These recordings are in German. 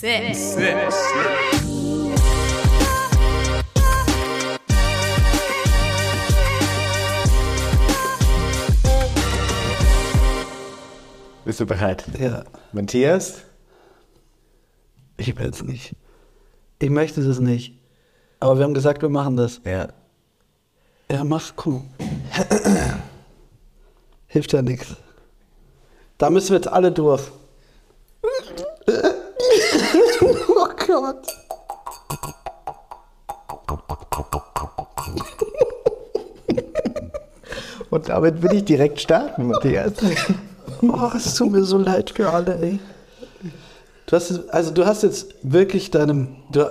six. Bist du bereit? Ja, Matthias? ich will es nicht. Ich möchte es nicht. Aber wir haben gesagt, wir machen das. Ja. Ja, mach, komm. Hilft ja nichts. Da müssen wir jetzt alle durch. oh Gott. Und damit will ich direkt starten, Matthias. Oh, es tut mir so leid für alle, ey. Du hast, jetzt- also du hast jetzt wirklich deinem, du,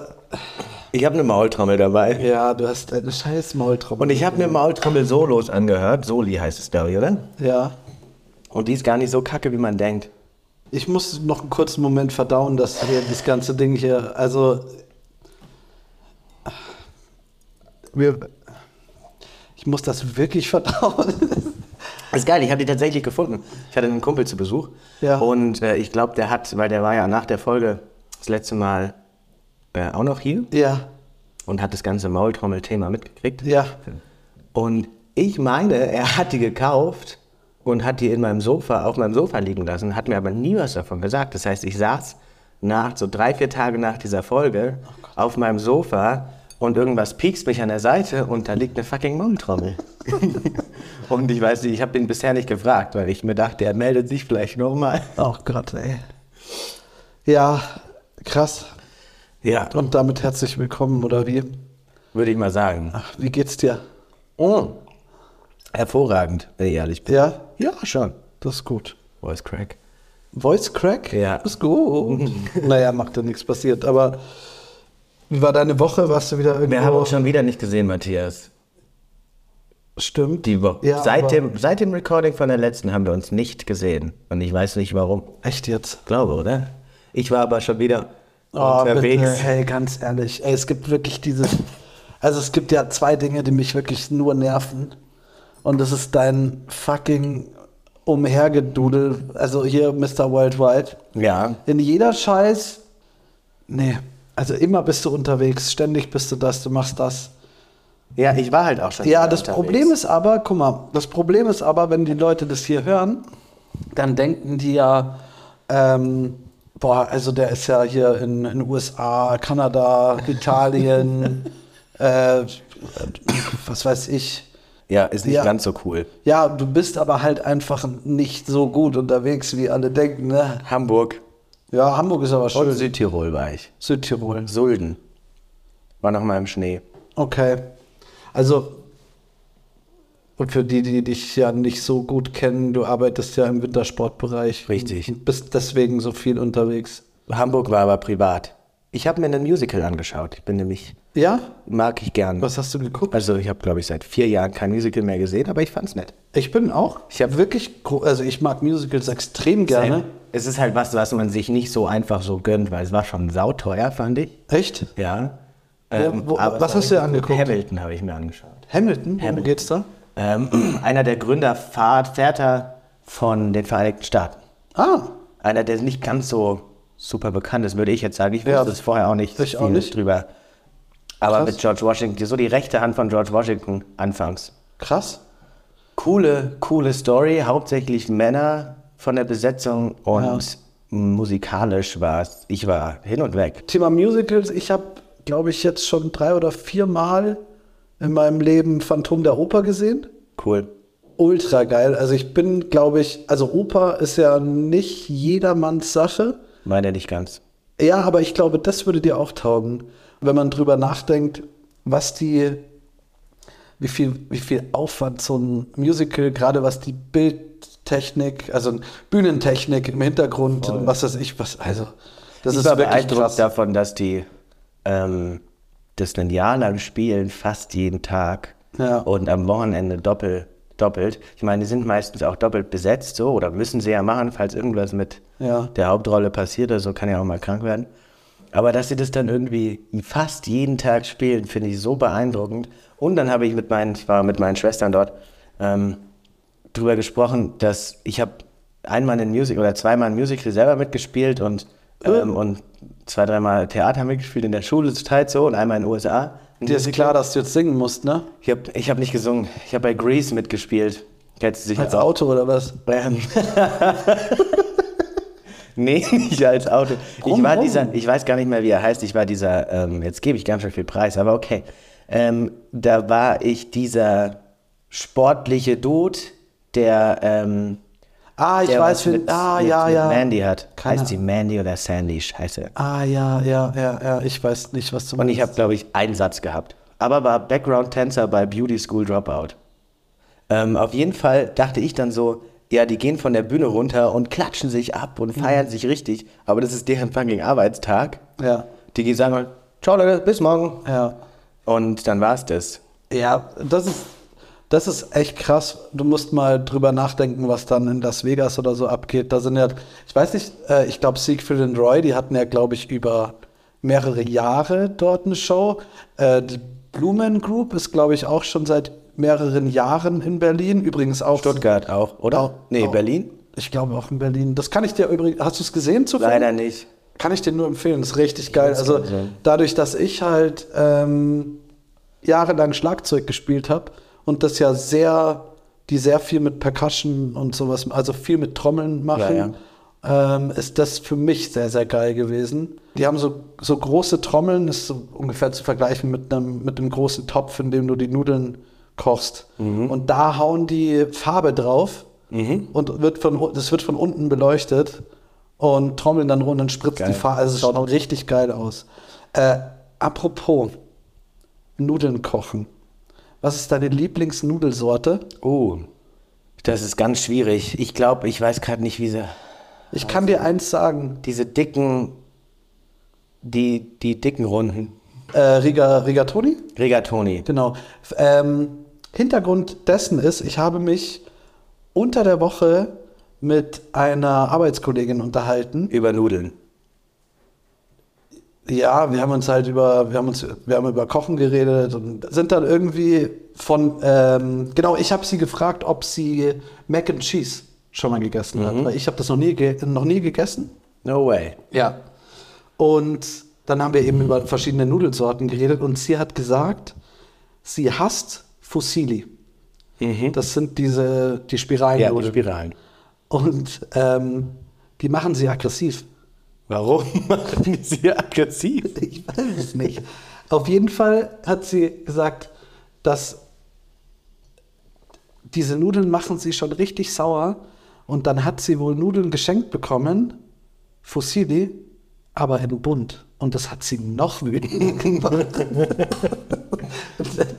Ich habe eine Maultrommel dabei. ja, du hast deine scheiß Maultrommel. Und ich habe mir Maultrommel Solos angehört. Soli heißt es, glaube ich, oder? Ja, Und die ist gar nicht so kacke, wie man denkt. ich muss noch einen kurzen Moment verdauen, dass hier das ganze Ding hier, also Wir ich muss das wirklich verdauen. Das ist geil, ich habe die tatsächlich gefunden. Ich hatte einen Kumpel zu Besuch Ja. und äh, ich glaube, der hat, weil der war ja nach der Folge das letzte Mal äh, auch noch hier ja, und hat das ganze Maultrommel-Thema mitgekriegt. ja, Und ich meine, er hat die gekauft und hat die in meinem Sofa, auf meinem Sofa liegen lassen, hat mir aber nie was davon gesagt. Das heißt, ich saß nach, so drei, vier Tage nach dieser Folge auf meinem Sofa und irgendwas piekst mich an der Seite und da liegt eine fucking Maultrommel. und ich weiß nicht, ich habe ihn bisher nicht gefragt, weil ich mir dachte, er meldet sich vielleicht nochmal. oh Gott, ey. Ja, krass. Ja, Und damit herzlich willkommen, oder wie? würde ich mal sagen. Ach, wie geht's dir? Mm. Hervorragend, wenn ich ehrlich bin. Ja, Ja, schon. das ist gut. Voice Crack. Voice Crack? Ja. Ist gut. naja, macht ja nichts passiert. Aber wie war deine Woche? Warst du wieder irgendwo? Wir haben uns schon wieder nicht gesehen, Matthias. Stimmt. Die Woche. Ja, aber- seit, dem, seit dem Recording von der letzten haben wir uns nicht gesehen. Und ich weiß nicht warum. Echt jetzt? Glaube, oder? Ich war aber schon wieder Oh, äh, bitte. unterwegs. Hey, ganz ehrlich. Ey, es gibt wirklich dieses. Also, es gibt ja zwei Dinge, die mich wirklich nur nerven. Und das ist dein fucking Umhergedudel. Also, hier Mr. Worldwide. Ja. In jeder Scheiß. Nee. Also, immer bist du unterwegs. Ständig bist du das. Du machst das. Ja, ich war halt auch schon. Ja, wieder das unterwegs. Problem ist aber, guck mal, das Problem ist aber, wenn die Leute das hier hören, dann denken die ja, ähm, boah, also der ist ja hier in den USA, Kanada, Italien, äh, was weiß ich. Ja, ist nicht Ja. ganz so cool. Ja, du bist aber halt einfach nicht so gut unterwegs, wie alle denken. Ne? Hamburg Ja, Hamburg ist aber und schön. Südtirol war ich. Südtirol. Sulden. War noch mal im Schnee. Okay. Also, und für die, die dich ja nicht so gut kennen, du arbeitest ja im Wintersportbereich. Richtig. Und bist deswegen so viel unterwegs. Hamburg war aber privat. Ich habe mir ein Musical angeschaut. Ich bin nämlich, Ja? mag ich gern. Was hast du geguckt? Also ich habe, glaube ich, seit vier Jahren kein Musical mehr gesehen, aber ich fand's nett. Ich bin auch. Ich hab- wirklich, gro- also ich mag Musicals extrem gerne. Same. Es ist halt was, was man sich nicht so einfach so gönnt, weil es war schon sauteuer, fand ich. Echt? Ja. Ähm, Ja, wo- was hast du dir angeguckt? Hamilton habe ich mir angeschaut. Hamilton? Worum Hamilton. geht's da? Ähm, einer der Gründer, Fahrt, Väter von den Vereinigten Staaten. Ah, Einer, der nicht ganz so super bekannt ist, würde ich jetzt sagen. Ich wusste Ja, es vorher auch nicht ich auch nicht. drüber. Aber Krass. mit George Washington, so die rechte Hand von George Washington anfangs. krass. Coole, coole Story, hauptsächlich Männer von der Besetzung und musikalisch war es. Ich war hin und weg. Thema Musicals, ich habe, glaube ich, jetzt schon drei oder vier Mal in meinem Leben Phantom der Oper gesehen. Cool. ultra geil. Also ich bin, glaube ich, also Oper ist ja nicht jedermanns Sache. Meine nicht ganz. Ja, aber ich glaube, das würde dir auch taugen, wenn man drüber nachdenkt, was die, wie viel, wie viel Aufwand so ein Musical, gerade was die Bildtechnik, also Bühnentechnik im Hintergrund, was weiß ich, was, also, das ich ist war wirklich beeindruckt krass. davon, dass die ähm, das ein Jahr lang spielen, fast jeden Tag Ja. und am Wochenende doppelt. Doppelt. Ich meine, die sind meistens auch doppelt besetzt, so oder müssen sie ja machen, falls irgendwas mit Ja. der Hauptrolle passiert oder so, kann ja auch mal krank werden. Aber dass sie das dann irgendwie fast jeden Tag spielen, finde ich so beeindruckend. Und dann habe ich mit meinen, ich war mit meinen Schwestern dort, ähm, drüber gesprochen, dass Hm. ich habe einmal ein Musical oder zweimal ein Musical selber mitgespielt und, ähm, und zwei, dreimal Theater mitgespielt in der Schule zur Zeit so und einmal in den USA. Dir ist klar, dass du jetzt singen musst, ne? Ich habe ich hab nicht gesungen. Ich habe bei Grease mitgespielt. Kennst du sicher Als Auto oder was? Ähm. nee, nicht als Auto. ich Warum, war warum? dieser, ich weiß gar nicht mehr, wie er heißt. Ich war dieser, ähm, jetzt gebe ich ganz schön viel Preis, aber okay. Ähm, da war ich dieser sportliche Dude, der, ähm, Ah, ich der weiß, was wen- ah, ja, mit ja. Mandy hat. Keine heißt die Mandy oder Sandy? Scheiße. Ah, ja, ja, ja, ja, ich weiß nicht, was du Und meinst. ich habe, glaube ich, einen Satz gehabt. Aber war Background-Tänzer bei Beauty School Dropout. Ähm, auf jeden Fall dachte ich dann so, ja, die gehen von der Bühne runter und klatschen sich ab und feiern sich richtig. Aber das ist deren fucking Arbeitstag. Ja, Die gehen sagen, ciao Leute, bis morgen. ja. Und dann war's das. Ja, das ist, das ist echt krass. Du musst mal drüber nachdenken, was dann in Las Vegas oder so abgeht. Da sind ja, ich weiß nicht, äh, ich glaube, Siegfried und Roy, die hatten ja, glaube ich, über mehrere Jahre dort eine Show. Äh, die Blumen Group ist, glaube ich, auch schon seit mehreren Jahren in Berlin. Übrigens auch. Stuttgart auch, oder? Auch- nee, auch- Berlin? Ich glaube auch in Berlin. Das kann ich dir übrigens. Hast du es gesehen zufällig? Leider nicht. Kann ich dir nur empfehlen, ist richtig geil. muss Also mal sehen. dadurch, dass ich halt ähm, jahrelang Schlagzeug gespielt habe und das ja sehr, die sehr viel mit Percussion und sowas, also viel mit Trommeln machen, Ähm, ist das für mich sehr, sehr geil gewesen. Die haben so, so große Trommeln, ist so ungefähr zu vergleichen mit einem, mit einem großen Topf, in dem du die Nudeln kochst. Und da hauen die Farbe drauf und wird von, das wird von unten beleuchtet und trommeln dann rund und spritzt Geil. die Farbe. Also es schaut richtig geil aus. Äh, apropos Nudeln kochen. Was ist deine Lieblingsnudelsorte? Oh, das ist ganz schwierig. Ich glaube, ich weiß gerade nicht, wie sie... Ich kann dir eins sagen. Diese dicken... Die, die dicken Runden. Äh, Riga, Rigatoni? Rigatoni. Genau. F- Ähm, Hintergrund dessen ist, ich habe mich unter der Woche mit einer Arbeitskollegin unterhalten. Über Nudeln. Ja, wir haben uns halt über, wir haben uns, wir haben über Kochen geredet und sind dann irgendwie von, ähm, genau, ich habe sie gefragt, ob sie Mac and Cheese schon mal gegessen hat, weil ich habe das noch nie, ge noch nie gegessen. No way. Ja. Und dann haben wir eben über verschiedene Nudelsorten geredet und sie hat gesagt, sie hasst Fusilli. Das sind Mhm. diese, die Ja, die Spiralnudeln. Spiralen. und ähm, die machen sie aggressiv. Warum machen die sie aggressiv? Ich weiß es nicht. Auf jeden Fall hat sie gesagt, dass diese Nudeln machen sie schon richtig sauer. Und dann hat sie wohl Nudeln geschenkt bekommen, Fossili, aber in bunt. Und das hat sie noch wütender gemacht.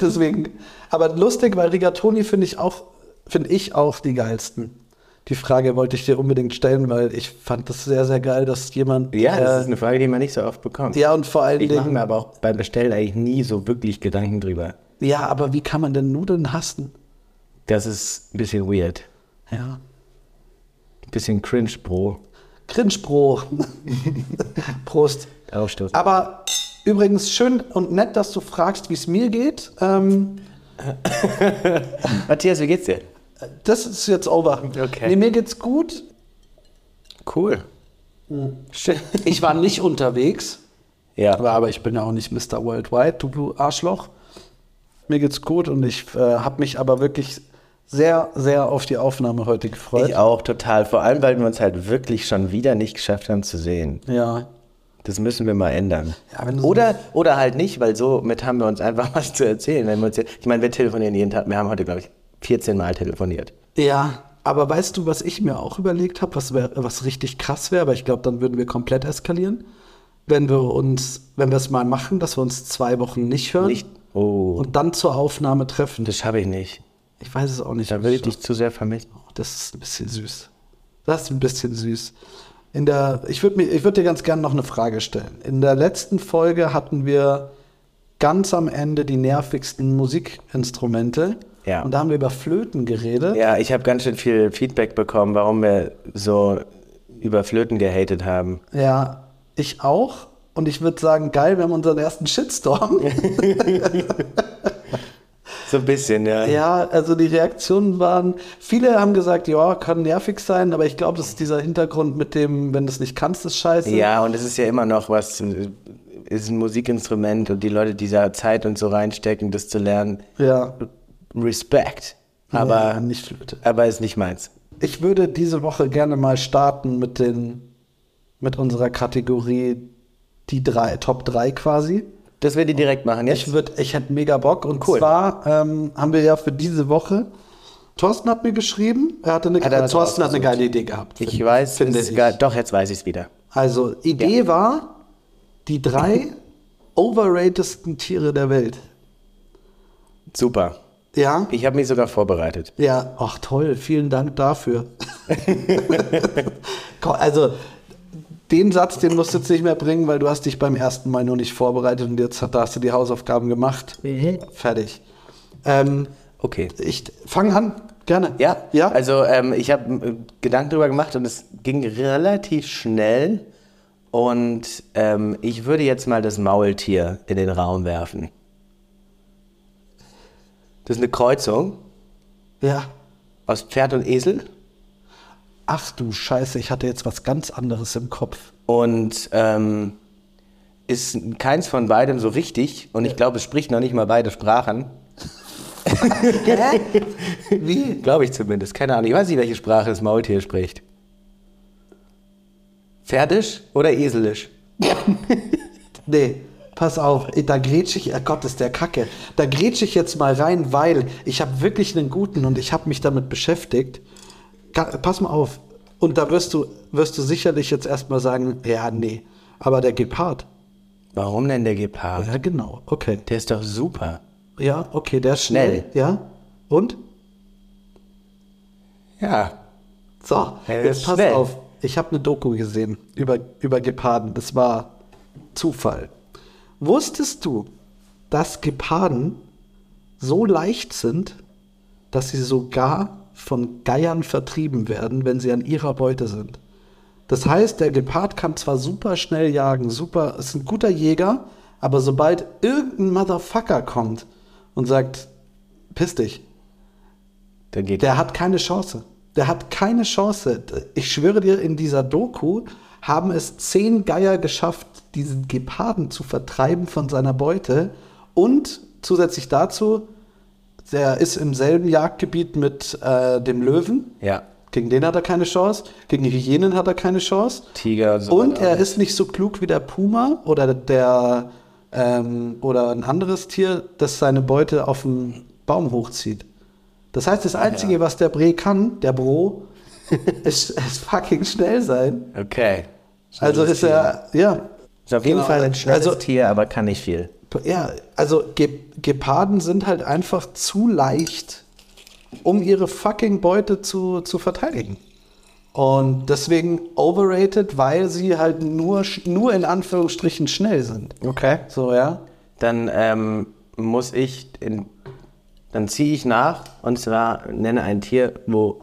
Deswegen, aber lustig, weil Rigatoni finde ich auch, finde ich auch die geilsten. Die Frage wollte ich dir unbedingt stellen, weil ich fand das sehr, sehr geil, dass jemand. Ja, das äh, ist eine Frage, die man nicht so oft bekommt. ja und vor allen ich mache Dingen. mir aber auch beim Bestellen eigentlich nie so wirklich Gedanken drüber. Ja, aber wie kann man denn Nudeln hassen? Das ist ein bisschen weird. Ja. Ein bisschen cringe, Bro. Grinspro. Prost. Aufstoß. Aber übrigens schön und nett, dass du fragst, wie es mir geht. Ähm, Matthias, wie geht's dir? das ist jetzt over. Okay. Nee, mir geht's gut. Cool. Hm. Schön. Ich war nicht unterwegs, Ja. aber, aber ich bin ja auch nicht Mr. Worldwide, du Arschloch. Mir geht's gut und ich äh, habe mich aber wirklich sehr, sehr auf die Aufnahme heute gefreut. Ich auch total. Vor allem, weil wir uns halt wirklich schon wieder nicht geschafft haben zu sehen. Ja. Das müssen wir mal ändern. Ja, wenn du so- oder, oder halt nicht, weil somit haben wir uns einfach was zu erzählen. Wenn wir uns jetzt, ich meine, wir telefonieren jeden Tag. Wir haben heute, glaube ich, 14 Mal telefoniert. Ja, aber weißt du, was ich mir auch überlegt habe, was, wär, was richtig krass wäre, aber ich glaube, dann würden wir komplett eskalieren, wenn wir uns, wenn wir es mal machen, dass wir uns zwei Wochen nicht hören Nicht. Oh, und dann zur Aufnahme treffen. das schaffe ich nicht. Ich weiß es auch nicht. Da ob würde ich ich dich zu sehr vermissen. schaff. Das ist ein bisschen süß. Das ist ein bisschen süß. In der, ich würde mir, ich würde dir ganz gerne noch eine Frage stellen. In der letzten Folge hatten wir ganz am Ende die nervigsten Musikinstrumente. Ja. Und da haben wir über Flöten geredet. Ja, ich habe ganz schön viel Feedback bekommen, warum wir so über Flöten gehatet haben. Ja, ich auch. Und ich würde sagen, geil, wir haben unseren ersten Shitstorm. So ein bisschen, ja. Ja, also die Reaktionen waren, viele haben gesagt, ja, kann nervig sein, aber ich glaube, das ist dieser Hintergrund mit dem, wenn du es nicht kannst, ist scheiße. Ja, und es ist ja immer noch was, ist ein Musikinstrument und die Leute, die da Zeit und so reinstecken, das zu lernen, Ja. Respekt. Aber, ja, nicht Flöte. aber ist nicht meins. Ich würde diese Woche gerne mal starten mit den, mit unserer Kategorie die drei, Top 3 quasi. Das werde ich direkt machen jetzt. Ich würde, ich hätte mega Bock. Und Cool. zwar ähm, haben wir ja für diese Woche. Thorsten hat mir geschrieben, er hatte eine, Hat er äh, Thorsten hat eine geile Idee gehabt. Ich find- weiß, finde es ich. gar- doch, jetzt weiß ich es wieder. Also, Idee war, die drei overratedsten Tiere der Welt. Super. Ja? Ich habe mich sogar vorbereitet. Ja, ach toll, vielen Dank dafür. Komm, also, den Satz, den musst du jetzt nicht mehr bringen, weil du hast dich beim ersten Mal nur nicht vorbereitet und jetzt hat- da hast du die Hausaufgaben gemacht. Mhm. Fertig. Ähm, Okay. ich fang an, gerne. Ja, ja. Also ähm, ich habe äh, Gedanken darüber gemacht und es ging relativ schnell. Und ähm, ich würde jetzt mal das Maultier in den Raum werfen. Das ist eine Kreuzung ja. aus Pferd und Esel. Ach du Scheiße, ich hatte jetzt was ganz anderes im Kopf. Und ähm, ist keins von beidem so richtig. Und ich glaube, es spricht noch nicht mal beide Sprachen. Wie? Glaube ich zumindest. Keine Ahnung. Ich weiß nicht, welche Sprache das Maultier spricht. Pferdisch oder Eselisch? Nee, pass auf, da grätsch ich, oh Gott, ist der Kacke. Da grätsch ich jetzt mal rein, weil ich habe wirklich einen guten und ich habe mich damit beschäftigt. Ga- Pass mal auf. Und da wirst du, wirst du sicherlich jetzt erstmal sagen, ja, nee. Aber der Gepard. Warum denn der Gepard? Ja, genau. Okay. Der ist doch super. Ja, okay, der ist schnell. Schnell. Ja. Und? Ja. So, der jetzt ist pass schnell. auf. Ich habe eine Doku gesehen über, über Geparden. Das war Zufall. Wusstest du, dass Geparden so leicht sind, dass sie sogar von Geiern vertrieben werden, wenn sie an ihrer Beute sind? Das heißt, der Gepard kann zwar super schnell jagen, super, ist ein guter Jäger, aber sobald irgendein Motherfucker kommt und sagt, piss dich, Dann geht der hat keine Chance. Der hat keine Chance. Ich schwöre dir, in dieser Doku haben es zehn Geier geschafft, diesen Geparden zu vertreiben von seiner Beute. Und zusätzlich dazu, der ist im selben Jagdgebiet mit äh, dem Löwen. Ja. Gegen den hat er keine Chance. Gegen die Hyänen hat er keine Chance. Tiger und so. Und weiter. er ist nicht so klug wie der Puma oder der ähm, oder ein anderes Tier, das seine Beute auf dem Baum hochzieht. Das heißt, das Einzige, was der Bre kann, der Bro, ist, ist fucking schnell sein. Okay. Also ist er, ja. Ist auf jeden Genau. Fall ein schnelles Also- Tier, aber kann nicht viel. Ja, also Ge Geparden sind halt einfach zu leicht, um ihre fucking Beute zu, zu verteidigen. Und deswegen overrated, weil sie halt nur, sch- nur in Anführungsstrichen schnell sind. Okay. So, ja. Dann ähm, muss ich, in, dann ziehe ich nach und zwar nenne ein Tier, wo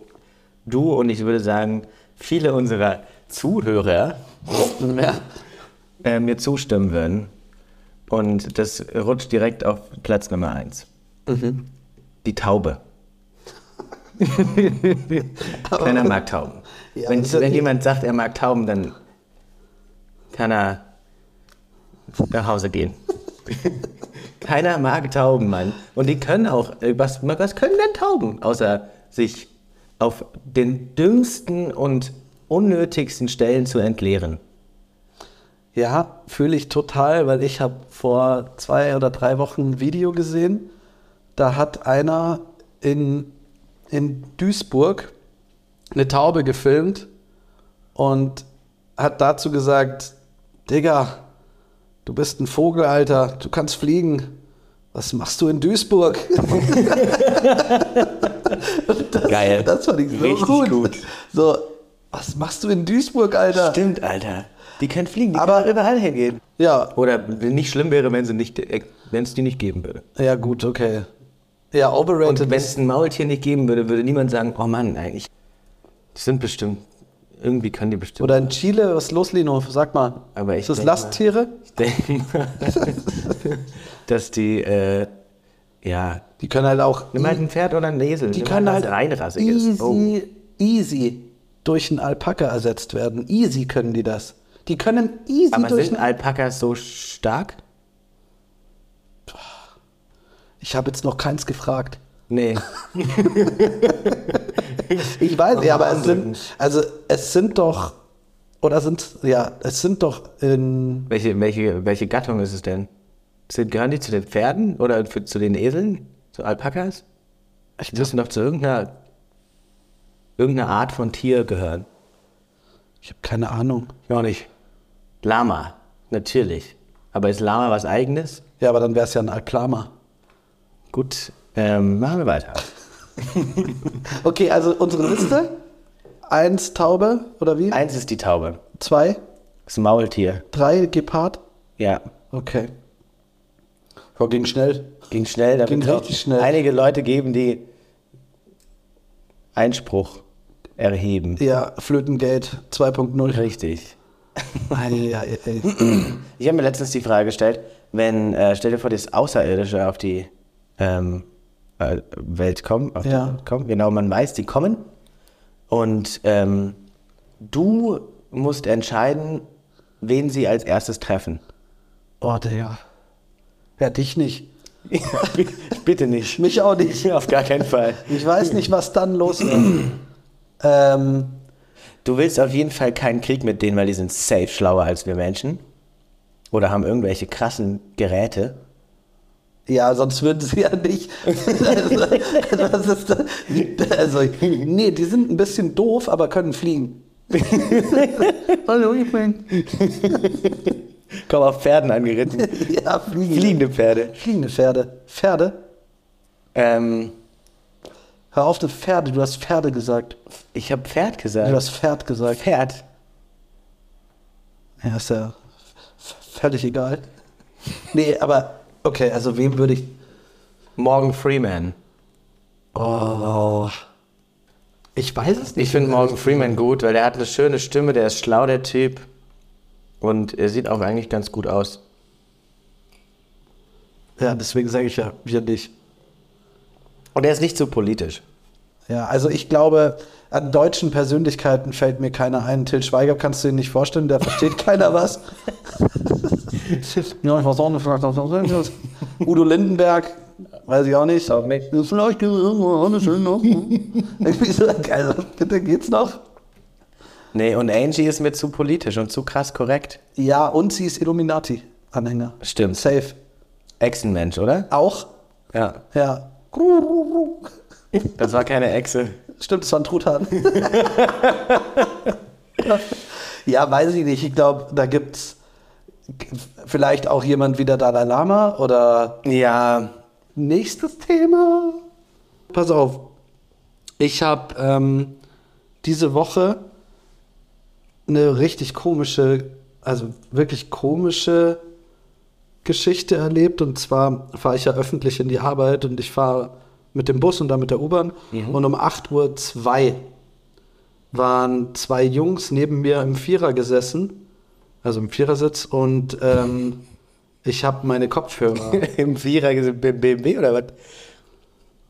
du und ich würde sagen, viele unserer Zuhörer äh, mir zustimmen würden. Und das rutscht direkt auf Platz Nummer eins. Mhm. Die Taube. Keiner mag Tauben. Ja, wenn das ist wenn okay. jemand sagt, er mag Tauben, dann kann er nach Hause gehen. Keiner mag Tauben, Mann. Und die können auch, äh, was, was können denn Tauben, außer sich auf den dümmsten und unnötigsten Stellen zu entleeren? Ja, fühle ich total, weil ich habe vor zwei oder drei Wochen ein Video gesehen. Da hat einer in, in Duisburg eine Taube gefilmt und hat dazu gesagt, Digga, du bist ein Vogel, Alter, du kannst fliegen. Was machst du in Duisburg? Geil. Das fand ich so Richtig gut. gut. So, was machst du in Duisburg, Alter? Stimmt, Alter. Die können fliegen, die Aber- können überall hingehen. Ja, Oder nicht schlimm wäre, wenn sie nicht, wenn es die nicht geben würde. ja gut, okay. Ja, Und overrated wenn es ein Maultier nicht geben würde, würde niemand sagen, oh Mann, eigentlich, die sind bestimmt, irgendwie können die bestimmt. Oder in Chile, was ist los, Lino? Sag mal. Aber ich ist das denk mal- Lasttiere? Ich denke mal, dass die äh, Ja, Die können halt auch nimm halt ein Pferd oder einen Esel. Die nimm können halt was halt reinrassiges. easy, Oh. easy durch einen Alpaka ersetzt werden. Easy können die das. Die können easy Aber durch sind einen... Alpakas so stark? Ich habe jetzt noch keins gefragt. Nee. Ich weiß, ja, aber es andrücken. sind, also es sind doch, oder sind, ja, es sind doch in, welche, welche, welche Gattung ist es denn? Sind, gehören die zu den Pferden oder für, zu den Eseln? Zu Alpakas? Ich Die müssen doch zu irgendeiner, irgendeiner Art von Tier gehören. ich habe keine Ahnung. Ja, nicht. Lama, natürlich. Aber ist Lama was eigenes? Ja, aber dann wäre es ja ein Alklama. Gut, ähm, machen wir weiter. Okay, also unsere Liste. Eins Taube, oder wie? Eins ist die Taube. Zwei, Das Maultier. drei Gepard. Ja. Okay. Ja, ging schnell. Ging schnell, damit Ging auch richtig schnell. einige Leute geben, die Einspruch erheben. Ja, Flötengate 2.0. Richtig. Ei, ei, ei. Ich habe mir letztens die Frage gestellt, wenn, äh, stell dir vor, das Außerirdische auf die ähm, äh, Welt kommen, auf Ja. die Welt kommen, genau, man weiß, die kommen und ähm, du musst entscheiden, wen sie als erstes treffen. Oh, Digga. Ja, dich nicht. Bitte nicht. Mich auch nicht. Auf gar keinen Fall. Ich weiß nicht, was dann los ist. ähm, Du willst auf jeden Fall keinen Krieg mit denen, weil die sind safe schlauer als wir Menschen. Oder haben irgendwelche krassen Geräte. ja, sonst würden sie ja nicht. also, was ist das? also, nee, die sind ein bisschen doof, aber können fliegen. Hallo, ich bin. Komm auf Pferden angeritten. Ja, fliegen. Fliegende Pferde. Fliegende Pferde. Pferde? Ähm, Hör auf, eine Pferde. Du hast Pferde gesagt. ich habe Pferd Du gesagt. hast Pferd gesagt. Pferd. Ja, ist ja v- völlig egal. Nee, aber okay, also wem würde ich. Morgan Freeman. Oh. Ich weiß es nicht. Ich finde Morgan Freeman gut, weil der hat eine schöne Stimme, der ist schlau, der Typ. Und er sieht auch eigentlich ganz gut aus. Ja, deswegen sage ich ja wir nicht. Und er ist nicht so politisch. Ja, also ich glaube, an deutschen Persönlichkeiten fällt mir keiner ein. Till Schweiger kannst du dir nicht vorstellen, der versteht keiner was. ja, ich weiß auch nicht, vielleicht auch nicht. Udo Lindenberg, weiß ich auch nicht. Auch nicht. Ja, Vielleicht irgendwo auch nicht schön noch. Irgendwie ne? so, also, bitte geht's noch? Nee, und Angie ist mir zu politisch und zu krass korrekt. Ja, und sie ist Illuminati-Anhänger. Stimmt. Safe. Echsenmensch, oder? Auch? Ja. Ja. Gru, gru, gru. Das war keine Echse. Stimmt, es war ein Truthahn. ja, weiß ich nicht. Ich glaube, da gibt's vielleicht auch jemand wie der Dalai Lama oder Ja, nächstes Thema. Pass auf. Ich habe ähm, diese Woche eine richtig komische, also wirklich komische Geschichte erlebt. Und zwar fahre ich ja öffentlich in die Arbeit und ich fahre mit dem Bus und dann mit der U-Bahn. Und um 8.02 Uhr waren zwei Jungs neben mir im Vierer gesessen, also im Vierersitz. Und ähm, ich habe meine Kopfhörer Im Vierer ges- B- BMW oder was?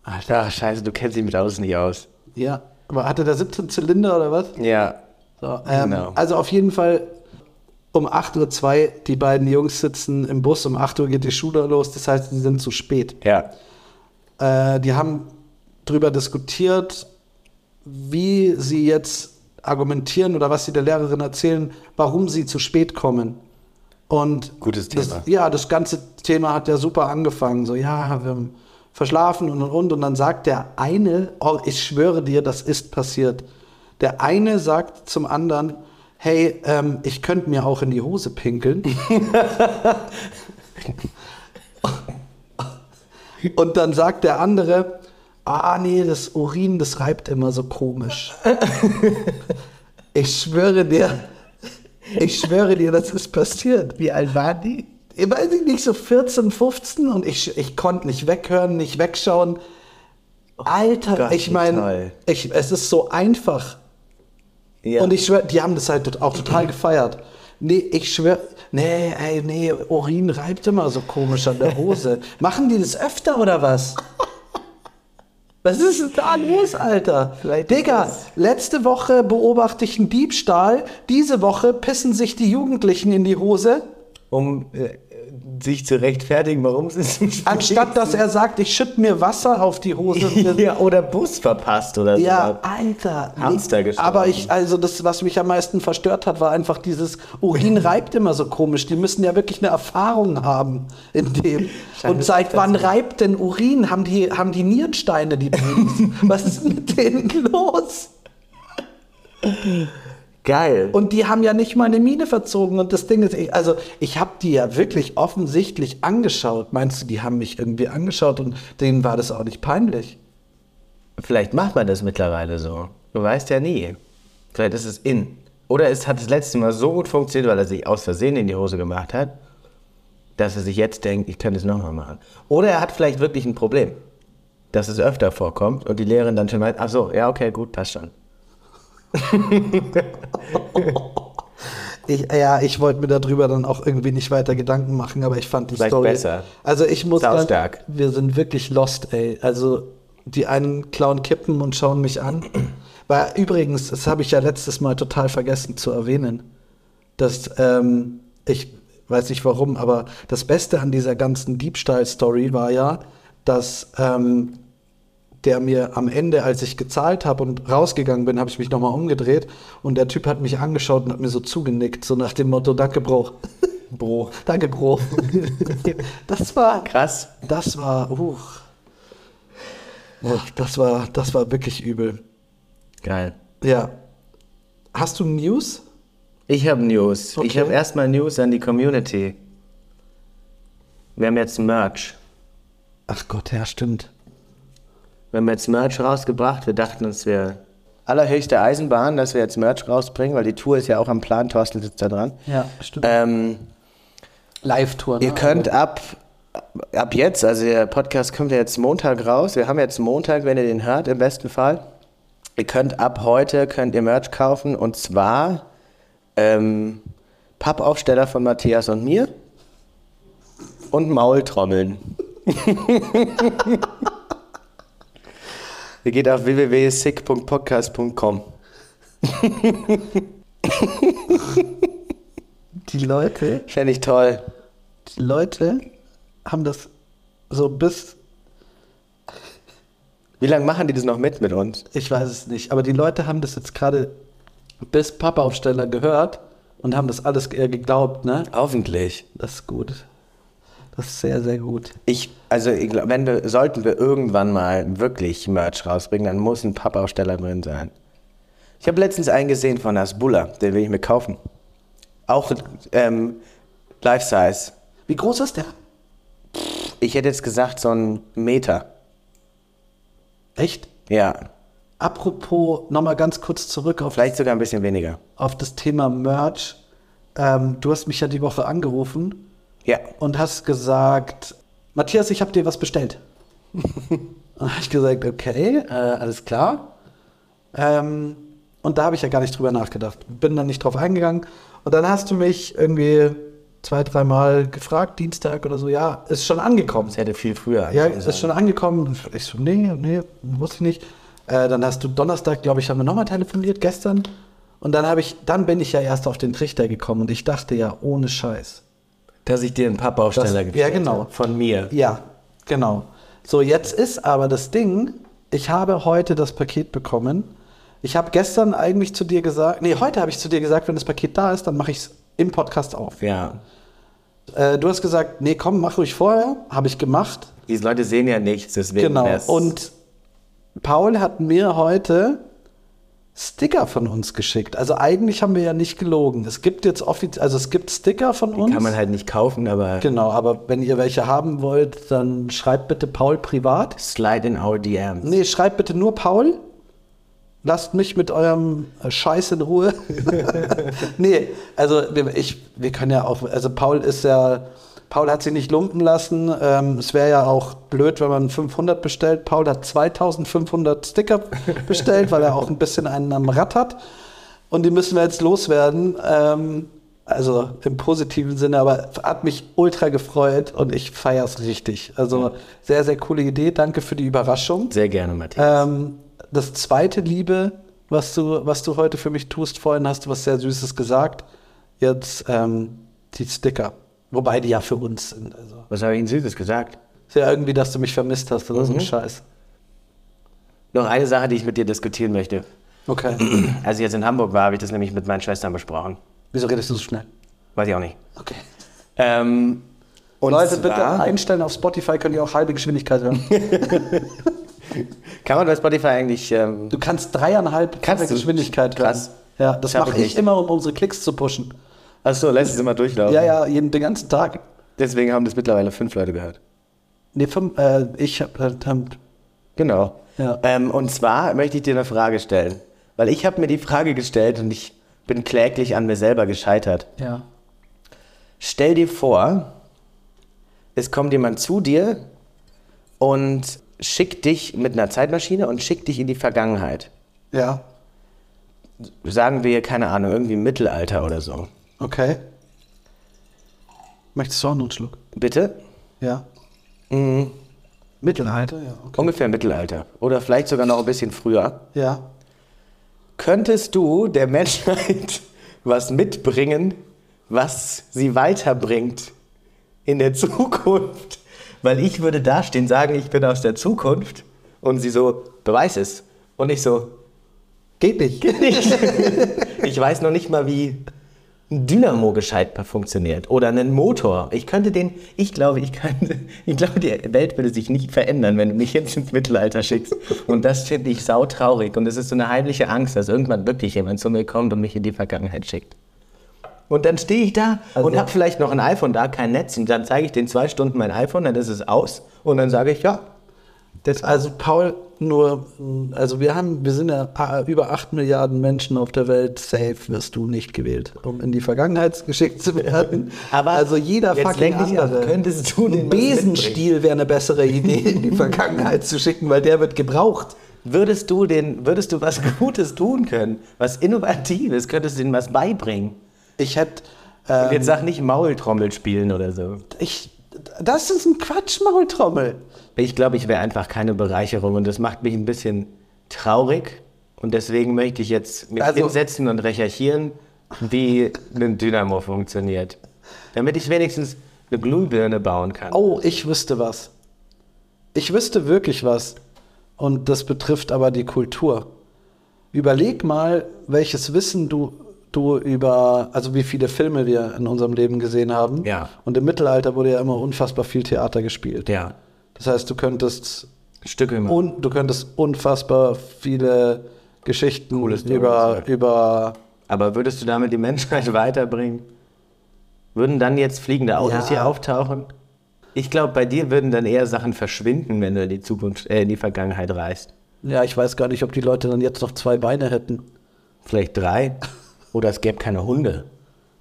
Alter, scheiße, du kennst dich mit Autos nicht aus. Ja, aber hatte der 17 Zylinder oder was? Ja. So, ähm, Genau. Also auf jeden Fall um 8.02 Uhr, die beiden Jungs sitzen im Bus, um 8 Uhr geht die Schule los, das heißt, sie sind zu spät. Ja. Äh, die haben darüber diskutiert, wie sie jetzt argumentieren oder was sie der Lehrerin erzählen, warum sie zu spät kommen. Und Gutes Thema. Das, ja, das ganze Thema hat ja super angefangen. So, ja, wir haben verschlafen und und und. Und dann sagt der eine, oh, ich schwöre dir, das ist passiert. Der eine sagt zum anderen, hey, ähm, ich könnte mir auch in die Hose pinkeln. und dann sagt der andere, ah nee, das Urin, das reibt immer so komisch. ich schwöre dir, ich schwöre dir, das ist passiert. Wie alt waren die? Ich weiß ich nicht, so 14, 15 und ich, ich konnte nicht weghören, nicht wegschauen. Alter, Gott, ich wie toll. meine, es ist so einfach. Ja. Und ich schwöre, die haben das halt tot- auch total gefeiert. Nee, ich schwöre. Nee, ey, nee, Urin reibt immer so komisch an der Hose. Machen die das öfter oder was? Was ist denn da los, Alter? Vielleicht Digga, ist das- letzte Woche beobachte ich einen Diebstahl. Diese Woche pissen sich die Jugendlichen in die Hose. um äh, sich zu rechtfertigen, warum es ist. nicht Anstatt dass er sagt, ich schütte mir Wasser auf die Hose. gewesen. ja, oder Bus verpasst oder so. Ja, Alter. nee. Hamster gestorben. Aber ich, also das, was mich am meisten verstört hat, war einfach dieses Urin reibt immer so komisch. Die müssen ja wirklich eine Erfahrung haben in dem. Und seit wann reibt denn Urin? Haben die, haben die Nierensteine, die Babys? Was ist mit denen los? Geil. Und die haben ja nicht mal eine Miene verzogen. Und das Ding ist, ich, also ich habe die ja wirklich offensichtlich angeschaut. Meinst du, die haben mich irgendwie angeschaut und denen war das auch nicht peinlich? Vielleicht macht man das mittlerweile so. Du weißt ja nie. Vielleicht ist es in. Oder es hat das letzte Mal so gut funktioniert, weil er sich aus Versehen in die Hose gemacht hat, dass er sich jetzt denkt, ich könnte es nochmal machen. Oder er hat vielleicht wirklich ein Problem, dass es öfter vorkommt und die Lehrerin dann schon meint, ach so, ja, okay, gut, passt schon. Ich, ja, ich wollte mir darüber dann auch irgendwie nicht weiter Gedanken machen, aber ich fand die Vielleicht Story. besser. Also ich muss Sau ganz- stark. wir sind wirklich lost, ey. Also die einen klauen Kippen und schauen mich an. Weil übrigens, das habe ich ja letztes Mal total vergessen zu erwähnen, dass ähm, ich weiß nicht warum, aber das Beste an dieser ganzen Diebstahl-Story war ja, dass ähm, der mir am Ende, als ich gezahlt habe und rausgegangen bin, habe ich mich nochmal umgedreht und der Typ hat mich angeschaut und hat mir so zugenickt, so nach dem Motto, danke Bro, Bro. danke Bro. das war, Krass. das war, uh, Uch, das war, das war wirklich übel. Geil. Ja. Hast du News? Ich habe News. Ich Okay. habe erstmal News an die Community. Wir haben jetzt Merch. Ach Gott, ja, stimmt. Wir haben jetzt Merch rausgebracht. Wir dachten uns, wir allerhöchste Eisenbahn, dass wir jetzt Merch rausbringen, weil die Tour ist ja auch am Plan. Thorsten sitzt da dran. Ja, stimmt. Ähm, Live-Tour. ihr könnt ab, ab jetzt, also der Podcast kommt ja jetzt Montag raus. Wir haben jetzt Montag, wenn ihr den hört, im besten Fall. Ihr könnt ab heute, könnt ihr Merch kaufen und zwar ähm, Pappaufsteller von Matthias und mir und Maultrommeln. Ihr geht auf www.sick.podcast.com. Die Leute, Fände ich toll. die Leute haben das so bis Wie lange machen die das noch mit mit uns? Ich weiß es nicht, aber die Leute haben das jetzt gerade bis Pappaufsteller gehört und haben das alles eher geglaubt, ne? Hoffentlich. Das ist gut. Das ist sehr, sehr gut. Ich, also ich glaub, wenn wir, sollten wir irgendwann mal wirklich Merch rausbringen, dann muss ein Pappaufsteller drin sein. Ich habe letztens einen gesehen von Asbulla, den will ich mir kaufen. Auch ähm, Life Size. Wie groß ist der? Ich hätte jetzt gesagt, so ein Meter. Echt? Ja. Apropos, nochmal ganz kurz zurück auf, Vielleicht sogar ein bisschen weniger. auf das Thema Merch. Ähm, du hast mich ja die Woche angerufen Ja. und hast gesagt, Matthias, ich habe dir was bestellt. und habe ich gesagt, okay, äh, alles klar. Ähm, und da habe ich ja gar nicht drüber nachgedacht. Bin dann nicht drauf eingegangen. Und dann hast du mich irgendwie zwei, dreimal gefragt, Dienstag oder so, ja, ist schon angekommen. Das hätte viel früher. Ja, anfangen ist schon angekommen. Ich so, nee, nee, wusste ich nicht. Äh, dann hast du Donnerstag, glaube ich, haben wir nochmal telefoniert, gestern. Und dann habe ich, dann bin ich ja erst auf den Trichter gekommen und ich dachte ja, ohne Scheiß. sollen. Dass ich dir einen Pappaufsteller Das- gestellt ja, genau. habe. Von mir. Ja, genau. So, jetzt ist aber das Ding, ich habe heute das Paket bekommen. Ich habe gestern eigentlich zu dir gesagt, nee, heute habe ich zu dir gesagt, wenn das Paket da ist, dann mache ich es im Podcast auf. Ja. Äh, du hast gesagt, nee, komm, mach ruhig vorher. Habe ich gemacht. Diese Leute sehen ja nichts, deswegen Genau. wär's- Und Paul hat mir heute Sticker von uns geschickt. Also eigentlich haben wir ja nicht gelogen. Es gibt jetzt offiziell, also es gibt Sticker von uns. kann man halt nicht kaufen, aber genau, aber wenn ihr welche haben wollt, dann schreibt bitte Paul privat. slide in our DMs. Nee, schreibt bitte nur Paul. Lasst mich mit eurem äh, Scheiß in Ruhe. nee, also wir, ich, wir können ja auch, also Paul ist ja, Paul hat sich nicht lumpen lassen. Ähm, es wäre ja auch blöd, wenn man 500 bestellt. Paul hat 2500 Sticker bestellt, weil er auch ein bisschen einen am Rad hat. Und die müssen wir jetzt loswerden. Ähm, also im positiven Sinne, aber hat mich ultra gefreut und ich feiere es richtig. Also sehr, sehr coole Idee. Danke für die Überraschung. Sehr gerne, Matthias. Ähm, das zweite Liebe, was du, was du heute für mich tust, vorhin hast du was sehr Süßes gesagt. Jetzt ähm, die Sticker. Wobei die ja für uns sind. Also. Was habe ich Ihnen Süßes gesagt? Ist ja irgendwie, dass du mich vermisst hast oder so Mhm. ein Scheiß. Noch eine Sache, die ich mit dir diskutieren möchte. Okay. Als ich jetzt in Hamburg war, habe ich das nämlich mit meinen Schwestern besprochen. Wieso redest du so schnell? Weiß ich auch nicht. Okay. Ähm, und Leute, bitte zwar- einstellen auf Spotify, könnt ihr auch halbe Geschwindigkeit hören. Kann man bei Spotify eigentlich. Ähm, Du kannst dreieinhalb Kannst Fache du? Geschwindigkeit Krass. hören. Ja, das Schaff mache ich ich nicht. immer, um unsere Klicks zu pushen. Achso, lässt es immer durchlaufen. Ja, ja, jeden, den ganzen Tag. Deswegen haben das mittlerweile fünf Leute gehört. Nee, fünf, äh, ich hab, äh, hab- Genau. Ja. Ähm, und zwar möchte ich dir eine Frage stellen. Weil ich habe mir die Frage gestellt und ich bin kläglich an mir selber gescheitert. ja. Stell dir vor, es kommt jemand zu dir und schickt dich mit einer Zeitmaschine und schickt dich in die Vergangenheit. Ja, Sagen wir, keine Ahnung, irgendwie im Mittelalter oder so. okay. Möchtest du auch noch einen Schluck? Bitte? Ja. Mhm. Mittelalter, Genau. ja, okay. Ungefähr Mittelalter. Oder vielleicht sogar noch ein bisschen früher. Ja. Könntest du der Menschheit was mitbringen, was sie weiterbringt in der Zukunft? Weil ich würde dastehen, sagen, ich bin aus der Zukunft und sie so, beweis es. Und ich so, Geht nicht. geht nicht. Ich weiß noch nicht mal, wie ein Dynamo gescheit funktioniert oder einen Motor. Ich könnte den, ich glaube, ich könnte, ich glaube, die Welt würde sich nicht verändern, wenn du mich jetzt ins Mittelalter schickst. Und das finde ich sautraurig. Und es ist so eine heimliche Angst, dass irgendwann wirklich jemand zu mir kommt und mich in die Vergangenheit schickt. Und dann stehe ich da Also und habe vielleicht noch ein iPhone da, kein Netz. Und dann zeige ich den zwei Stunden mein iPhone, dann ist es aus. Und dann sage ich, ja, Das, also Paul, nur, mh, also wir haben, wir sind ja a- über 8 Milliarden Menschen auf der Welt. Safe wirst du nicht gewählt, um in die Vergangenheit geschickt zu werden. Aber also jeder jetzt fucking lenk dich ab. andere. Könntest du den Ein was mitbringen? Besenstiel wäre eine bessere Idee, in die Vergangenheit zu schicken, weil der wird gebraucht. Würdest du den, würdest du was Gutes tun können? Was Innovatives? Könntest du denen was beibringen? Ich hätte, Und ähm, jetzt sag nicht Maultrommel spielen oder so. ich, das ist ein Quatsch, Maultrommel. Ich glaube, ich wäre einfach keine Bereicherung und das macht mich ein bisschen traurig. Und deswegen möchte ich jetzt mich Also- hinsetzen und recherchieren, wie ein Dynamo funktioniert. Damit ich wenigstens eine Glühbirne bauen kann. Oh, ich wüsste was. Ich wüsste wirklich was. Und das betrifft aber die Kultur. Überleg mal, welches Wissen du, du über, also wie viele Filme wir in unserem Leben gesehen haben. Ja. Und im Mittelalter wurde ja immer unfassbar viel Theater gespielt. Ja, Das heißt, du könntest, Stücke immer. un, du könntest unfassbar viele Geschichten Coole Stories, über, ja. über Aber würdest du damit die Menschheit weiterbringen? Würden dann jetzt fliegende Autos Ja. hier auftauchen? Ich glaube, bei dir würden dann eher Sachen verschwinden, wenn du in die Zukunft, äh, in die Vergangenheit reist. ja, ich weiß gar nicht, ob die Leute dann jetzt noch zwei Beine hätten. Vielleicht drei. Oder es gäbe keine Hunde.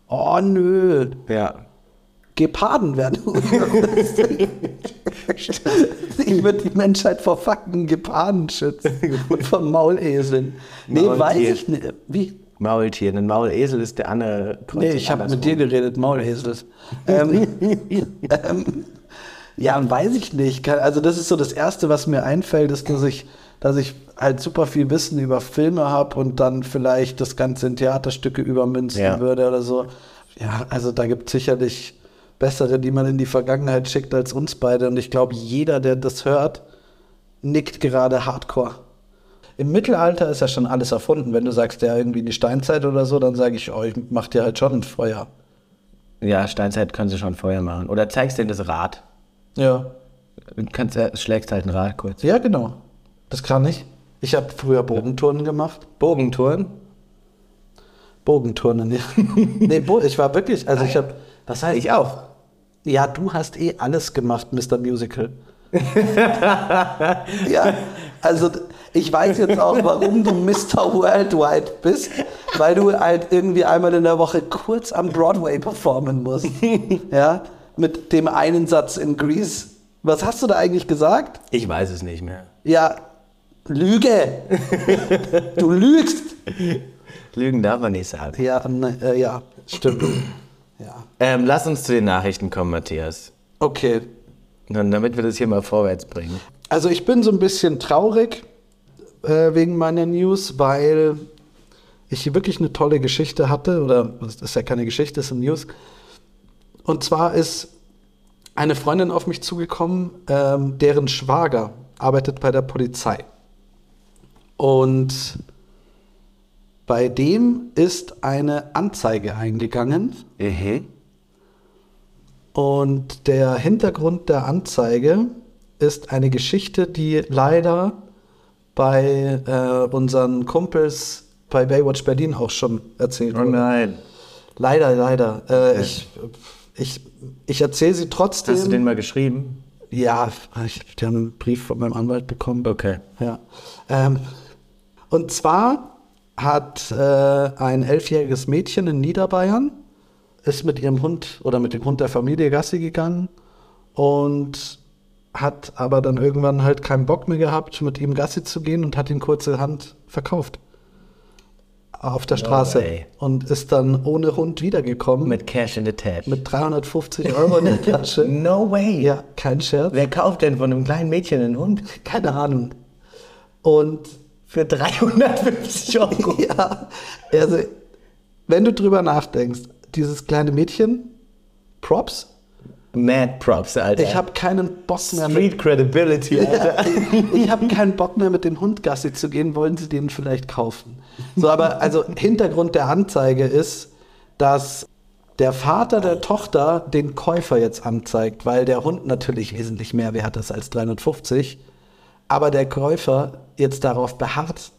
Oh nö, Ja. Geparden werden. ich würde die Menschheit vor fucking Geparden schützen. Und vor Mauleseln. Nee, Maultier. weiß ich nicht. Wie? Maultier. Ein Maulesel ist der andere. Nee, ich habe mit dir geredet, Maulesel. Ähm, ähm, ja, und weiß ich nicht. Ke- Also das ist so das Erste, was mir einfällt, ist, dass ich, dass ich halt super viel Wissen über Filme habe und dann vielleicht das Ganze in Theaterstücke übermünzen Ja. würde oder so. Ja, also da gibt es sicherlich bessere, die man in die Vergangenheit schickt als uns beide. Und ich glaube, jeder, der das hört, nickt gerade hardcore. Im Mittelalter ist ja schon alles erfunden. Wenn du sagst, ja, irgendwie die Steinzeit oder so, dann sage ich, oh, ich mach dir halt schon ein Feuer. Ja, Steinzeit können sie schon Feuer machen. Oder zeigst denen das Rad. Ja. Du kannst, äh, schlägst halt ein Rad kurz. Ja, genau. Das kann ich. Ich habe früher Bogenturnen gemacht. Bogenturnen. Bogenturnen, ja. nee, Bo ich war wirklich, also ich habe, Was heißt? Ich auch. ja, du hast eh alles gemacht, Mr. Musical. ja, also d- ich weiß jetzt auch, warum du Mr. Worldwide bist, weil du halt irgendwie einmal in der Woche kurz am Broadway performen musst. ja, mit dem einen Satz in Grease. Was hast du da eigentlich gesagt? Ich weiß es nicht mehr. Ja, Lüge. du lügst. Lügen darf man nicht sagen. Ja, ne, äh, ja. Stimmt. ja. Ähm, lass uns zu den Nachrichten kommen, Matthias. Okay. Dann, damit wir das hier mal vorwärts bringen. Also ich bin so ein bisschen traurig äh, wegen meiner News, weil ich hier wirklich eine tolle Geschichte hatte. Oder das ist ja keine Geschichte, das ist eine News. Und zwar ist eine Freundin auf mich zugekommen, ähm, deren Schwager arbeitet bei der Polizei. Und bei dem ist eine Anzeige eingegangen. Und der Hintergrund der Anzeige ist eine Geschichte, die leider bei äh, unseren Kumpels bei Baywatch Berlin auch schon erzählt Oh wurde. nein. Leider, leider. Äh, ich ich, ich erzähle sie trotzdem. Hast du Also den mal geschrieben? ja, ich habe einen Brief von meinem Anwalt bekommen. Okay. Ja. Ähm, und zwar hat äh, ein elfjähriges Mädchen in Niederbayern ist mit ihrem Hund oder mit dem Hund der Familie Gassi gegangen und hat aber dann irgendwann halt keinen Bock mehr gehabt, mit ihm Gassi zu gehen und hat ihn kurzerhand verkauft. Auf der Straße. way. und ist dann ohne Hund wiedergekommen. Mit Cash in the Tab. mit 350 Euro in der Tasche. no way. ja, kein Scherz. Wer kauft denn von einem kleinen Mädchen einen Hund Keine Ahnung. Und für 350 Euro? ja, also wenn du drüber nachdenkst, dieses kleine Mädchen, Props, Mad Props, Alter. ich habe keinen Bock mehr mit, Street Credibility, Alter. ich habe keinen Bock mehr mit dem Hund Gassi zu gehen, wollen sie den vielleicht kaufen. So, aber also Hintergrund der Anzeige ist, dass der Vater der Tochter den Käufer jetzt anzeigt, weil der Hund natürlich wesentlich mehr wert ist als 350, aber der Käufer jetzt darauf beharrt,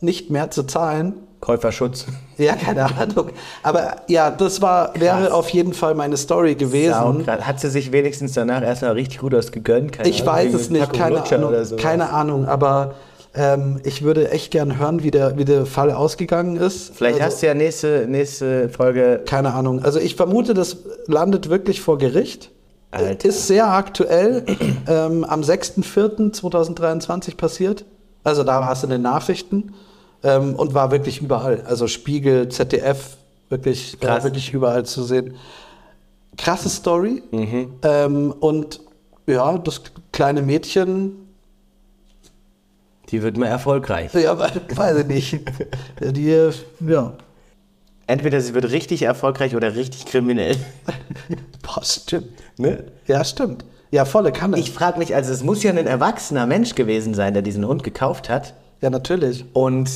nicht mehr zu zahlen Käuferschutz. Ja, keine Ahnung. Aber ja, das war, wäre auf jeden Fall meine Story gewesen. Saugrad. Hat sie sich wenigstens danach erstmal richtig gut ausgegönnt? Keine Ich Ahnung, weiß es irgendwie nicht, Packung keine Lutscher Ahnung, oder sowas. keine Ahnung, aber ähm, ich würde echt gern hören, wie der, wie der Fall ausgegangen ist. Vielleicht also, hast du ja nächste, nächste Folge. Keine Ahnung. Also ich vermute, das landet wirklich vor Gericht. Alter. Ist sehr aktuell. ähm, am 6.4.2023 passiert. Also da war es in den Nachrichten. Ähm, und war wirklich überall. Also Spiegel, ZDF, wirklich, Krass. äh, wirklich überall zu sehen. Krasse Story. Mhm. Ähm, und ja, das kleine Mädchen, Die wird mal erfolgreich. ja, weiß ich nicht. Die, äh, ja, Entweder sie wird richtig erfolgreich oder richtig kriminell. boah, stimmt. Ne? Ja, stimmt. Ja, volle Kanne. Ich frage mich, also es muss ja ein erwachsener Mensch gewesen sein, der diesen Hund gekauft hat. ja, natürlich. Und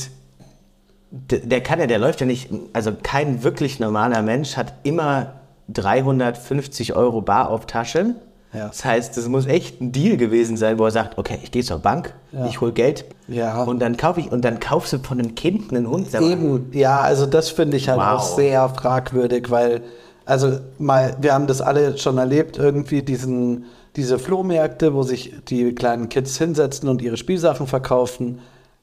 d- der kann ja, der läuft ja nicht, also kein wirklich normaler Mensch hat immer 350 Euro bar auf Tasche. Ja. Das heißt, es muss echt ein Deal gewesen sein, wo er sagt, okay, ich gehe zur Bank, Ja. ich hol Geld Ja. und dann kaufe ich und dann kaufst du von einem Kind einen Hund. Sag mal, Eben, ja, also das finde ich halt Wow. auch sehr fragwürdig, weil, also mal, wir haben das alle schon erlebt, irgendwie diesen, diese Flohmärkte, wo sich die kleinen Kids hinsetzen und ihre Spielsachen verkaufen.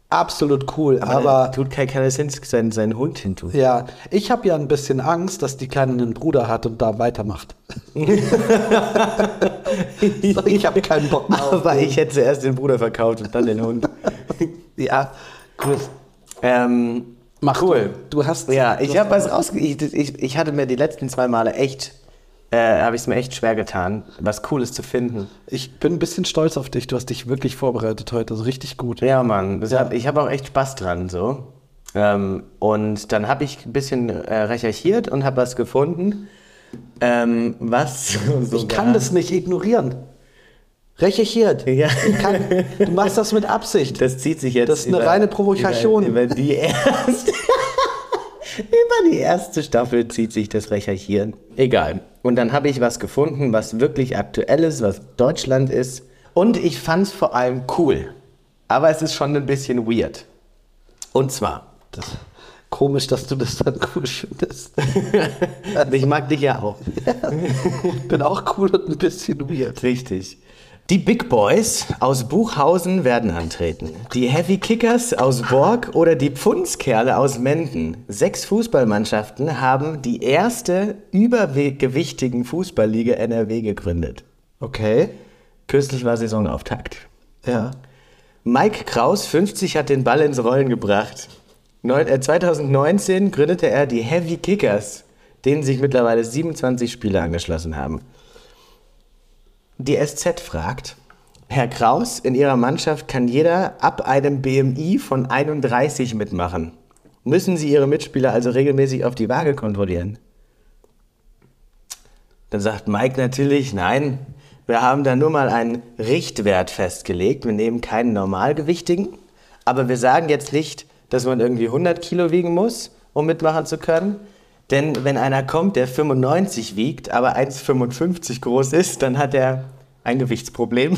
Absolut cool, Aber aber, tut kein keiner Sinn, seinen, seinen Hund hintun. ja, ich habe ja ein bisschen Angst, dass die Kleine einen Bruder hat und da weitermacht. so, ich habe keinen Bock mehr. auf Aber den. ich hätte zuerst den Bruder verkauft und dann den Hund. ja, gut. ähm, Mach cool. Du, du hast. Ja, ich du habe hast- was rausge... Ich, ich, ich hatte mir die letzten zwei Male echt... Äh, habe ich es mir echt schwer getan, was Cooles zu finden. Ich bin ein bisschen stolz auf dich. Du hast dich wirklich vorbereitet heute. Also richtig gut. Ja, Mann. Das Ja. Hab, ich habe auch echt Spaß dran, so. Ähm, und dann habe ich ein bisschen äh, recherchiert und habe was gefunden, ähm, was... Ich kann das nicht ignorieren. Recherchiert. Ja. Ich kann, du machst das mit Absicht. Das zieht sich jetzt. Das ist eine reine Provokation. Über, über die erste. über die erste Staffel zieht sich das Recherchieren. Egal. Und dann habe ich was gefunden, was wirklich aktuell ist, was Deutschland ist. Und ich fand es vor allem cool. Aber es ist schon ein bisschen weird. Und zwar, Das, komisch, dass du das dann cool findest. ich mag dich ja auch. Ich bin auch cool und ein bisschen weird. Richtig. Die Big Boys aus Buchhausen werden antreten. Die Heavy Kickers aus Borg oder die Pfundskerle aus Menden. Sechs Fußballmannschaften haben die erste übergewichtigen Fußballliga NRW gegründet. Okay. Kürzlich war Saisonauftakt. Ja. Mike Kraus, 50, hat den Ball ins Rollen gebracht. Neun- äh, 2019 gründete er die Heavy Kickers, denen sich mittlerweile 27 Spieler angeschlossen haben. Die SZ fragt, Herr Kraus, in Ihrer Mannschaft kann jeder ab einem BMI von 31 mitmachen. Müssen Sie Ihre Mitspieler also regelmäßig auf die Waage kontrollieren? Dann sagt Mike natürlich, nein, wir haben da nur mal einen Richtwert festgelegt. Wir nehmen keinen normalgewichtigen, aber wir sagen jetzt nicht, dass man irgendwie 100 Kilo wiegen muss, um mitmachen zu können. Denn wenn einer kommt, der 95 wiegt, aber 1,55 groß ist, dann hat er ein Gewichtsproblem.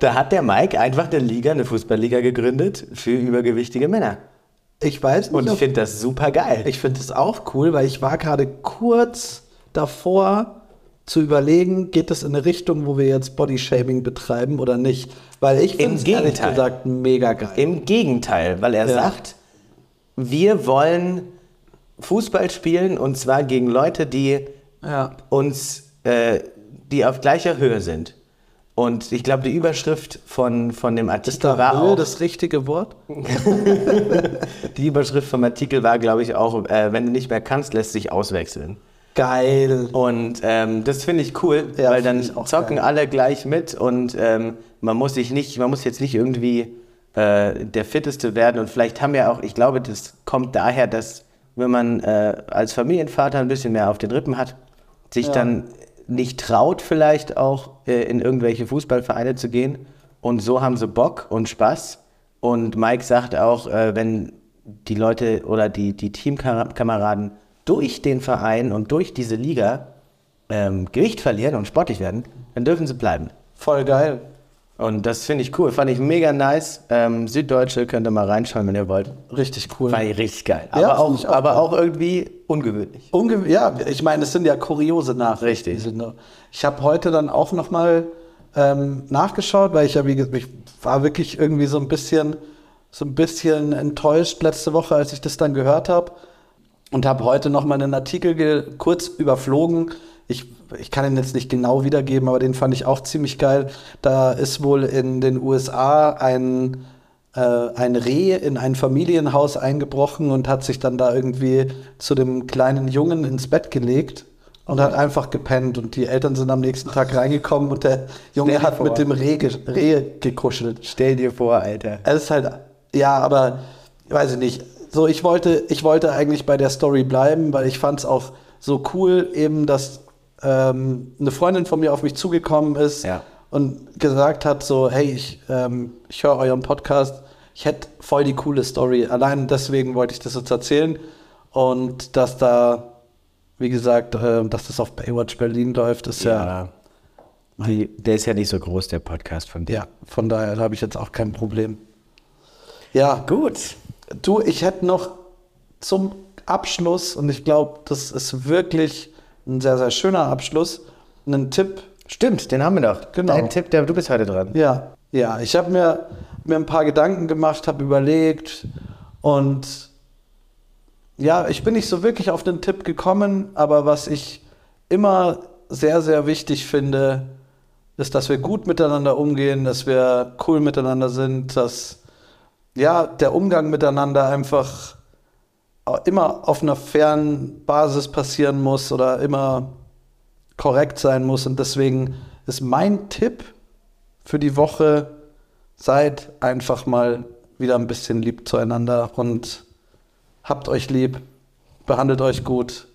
da hat der Mike einfach eine Liga, eine Fußballliga gegründet für übergewichtige Männer. Ich weiß nicht. Und ich ob- finde das super geil. Ich finde das auch cool, weil ich war gerade kurz davor zu überlegen, geht das in eine Richtung, wo wir jetzt Bodyshaming betreiben oder nicht. Weil ich finde es ehrlich Gegenteil. gesagt mega geil. Im Gegenteil, weil er Ja. sagt, wir wollen Fußball spielen und zwar gegen Leute, die ja. uns, äh, die auf gleicher Höhe sind. Und ich glaube, die Überschrift von, von dem Artikel Ist da war Höhe auch, das richtige Wort? die Überschrift vom Artikel war, glaube ich, auch, äh, wenn du nicht mehr kannst, lässt sich auswechseln. Geil. Und ähm, das finde ich cool, Ja, weil find dann ich auch zocken geil. alle gleich mit und ähm, man muss sich nicht, man muss jetzt nicht irgendwie äh, der Fitteste werden. Und vielleicht haben ja auch, ich glaube, das kommt daher, dass wenn man äh, als Familienvater ein bisschen mehr auf den Rippen hat, sich Ja. dann nicht traut, vielleicht auch äh, in irgendwelche Fußballvereine zu gehen. Und so haben sie Bock und Spaß. Und Mike sagt auch, äh, wenn die Leute oder die, die Teamkameraden durch den Verein und durch diese Liga ähm, Gewicht verlieren und sportlich werden, dann dürfen sie bleiben. Voll geil. Und das finde ich cool, fand ich mega nice. Ähm, Süddeutsche könnt ihr mal reinschauen, wenn ihr wollt. Richtig cool. Fand ich richtig geil. Aber, Ja, finde auch, ich auch aber geil. auch irgendwie ungewöhnlich. Unge ja, ich meine, es sind ja kuriose Nachrichten. Richtig. die sind nur- Ich habe heute dann auch noch mal ähm, nachgeschaut, weil ich ja, wie gesagt, ich war wirklich irgendwie so ein bisschen, so ein bisschen enttäuscht letzte Woche, als ich das dann gehört habe und habe heute noch mal einen Artikel ge- kurz überflogen. Ich, ich kann ihn jetzt nicht genau wiedergeben, aber den fand ich auch ziemlich geil. Da ist wohl in den USA ein, äh, ein Reh in ein Familienhaus eingebrochen und hat sich dann da irgendwie zu dem kleinen Jungen ins Bett gelegt und hat einfach gepennt. Und die Eltern sind am nächsten Tag reingekommen und der Stell Junge dir hat vor. mit dem Reh, ge Reh gekuschelt. Stell dir vor, Alter. Es ist halt, ja, aber weiß ich nicht. So, ich wollte, ich wollte eigentlich bei der Story bleiben, weil ich fand es auch so cool, eben, dass ähm, eine Freundin von mir auf mich zugekommen ist Ja. und gesagt hat: so, hey, ich, ähm, ich höre euren Podcast, ich hätte voll die coole Story. Allein deswegen wollte ich das jetzt erzählen. Und dass da, wie gesagt, ähm, dass das auf Baywatch Berlin läuft, ist ja Die, der ist ja nicht so groß, der Podcast von dir. ja, von daher habe ich jetzt auch kein Problem. Ja, Gut. du, ich hätte noch zum Abschluss, und ich glaube, das ist wirklich ein sehr, sehr schöner Abschluss, einen Tipp. Stimmt, den haben wir doch. Genau. Dein Tipp, der, du bist heute dran. Ja, ja, ich habe mir, mir ein paar Gedanken gemacht, habe überlegt und ja, ich bin nicht so wirklich auf den Tipp gekommen, aber was ich immer sehr, sehr wichtig finde, ist, dass wir gut miteinander umgehen, dass wir cool miteinander sind, dass ja, der Umgang miteinander einfach au- immer auf einer fairen Basis passieren muss oder immer korrekt sein muss. Und deswegen ist mein Tipp für die Woche, seid einfach mal wieder ein bisschen lieb zueinander und habt euch lieb, behandelt euch gut.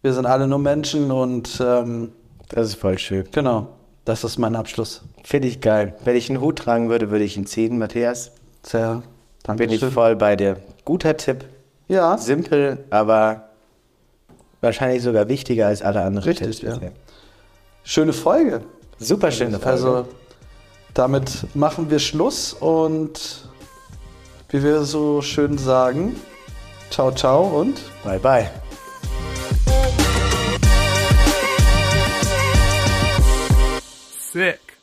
Wir sind alle nur Menschen und ähm, Das ist voll schön. genau, das ist mein Abschluss. Finde ich geil. Wenn ich einen Hut tragen würde, würde ich ihn ziehen, Matthias. Sehr, danke. Bin ich voll bei dir. Guter Tipp. Ja, Simpel, aber wahrscheinlich sogar wichtiger als alle anderen Richtig, Tipps. ja. schöne Folge. Super schöne Folge. Also damit machen wir Schluss und wie wir so schön sagen, ciao, ciao und bye bye. Sick.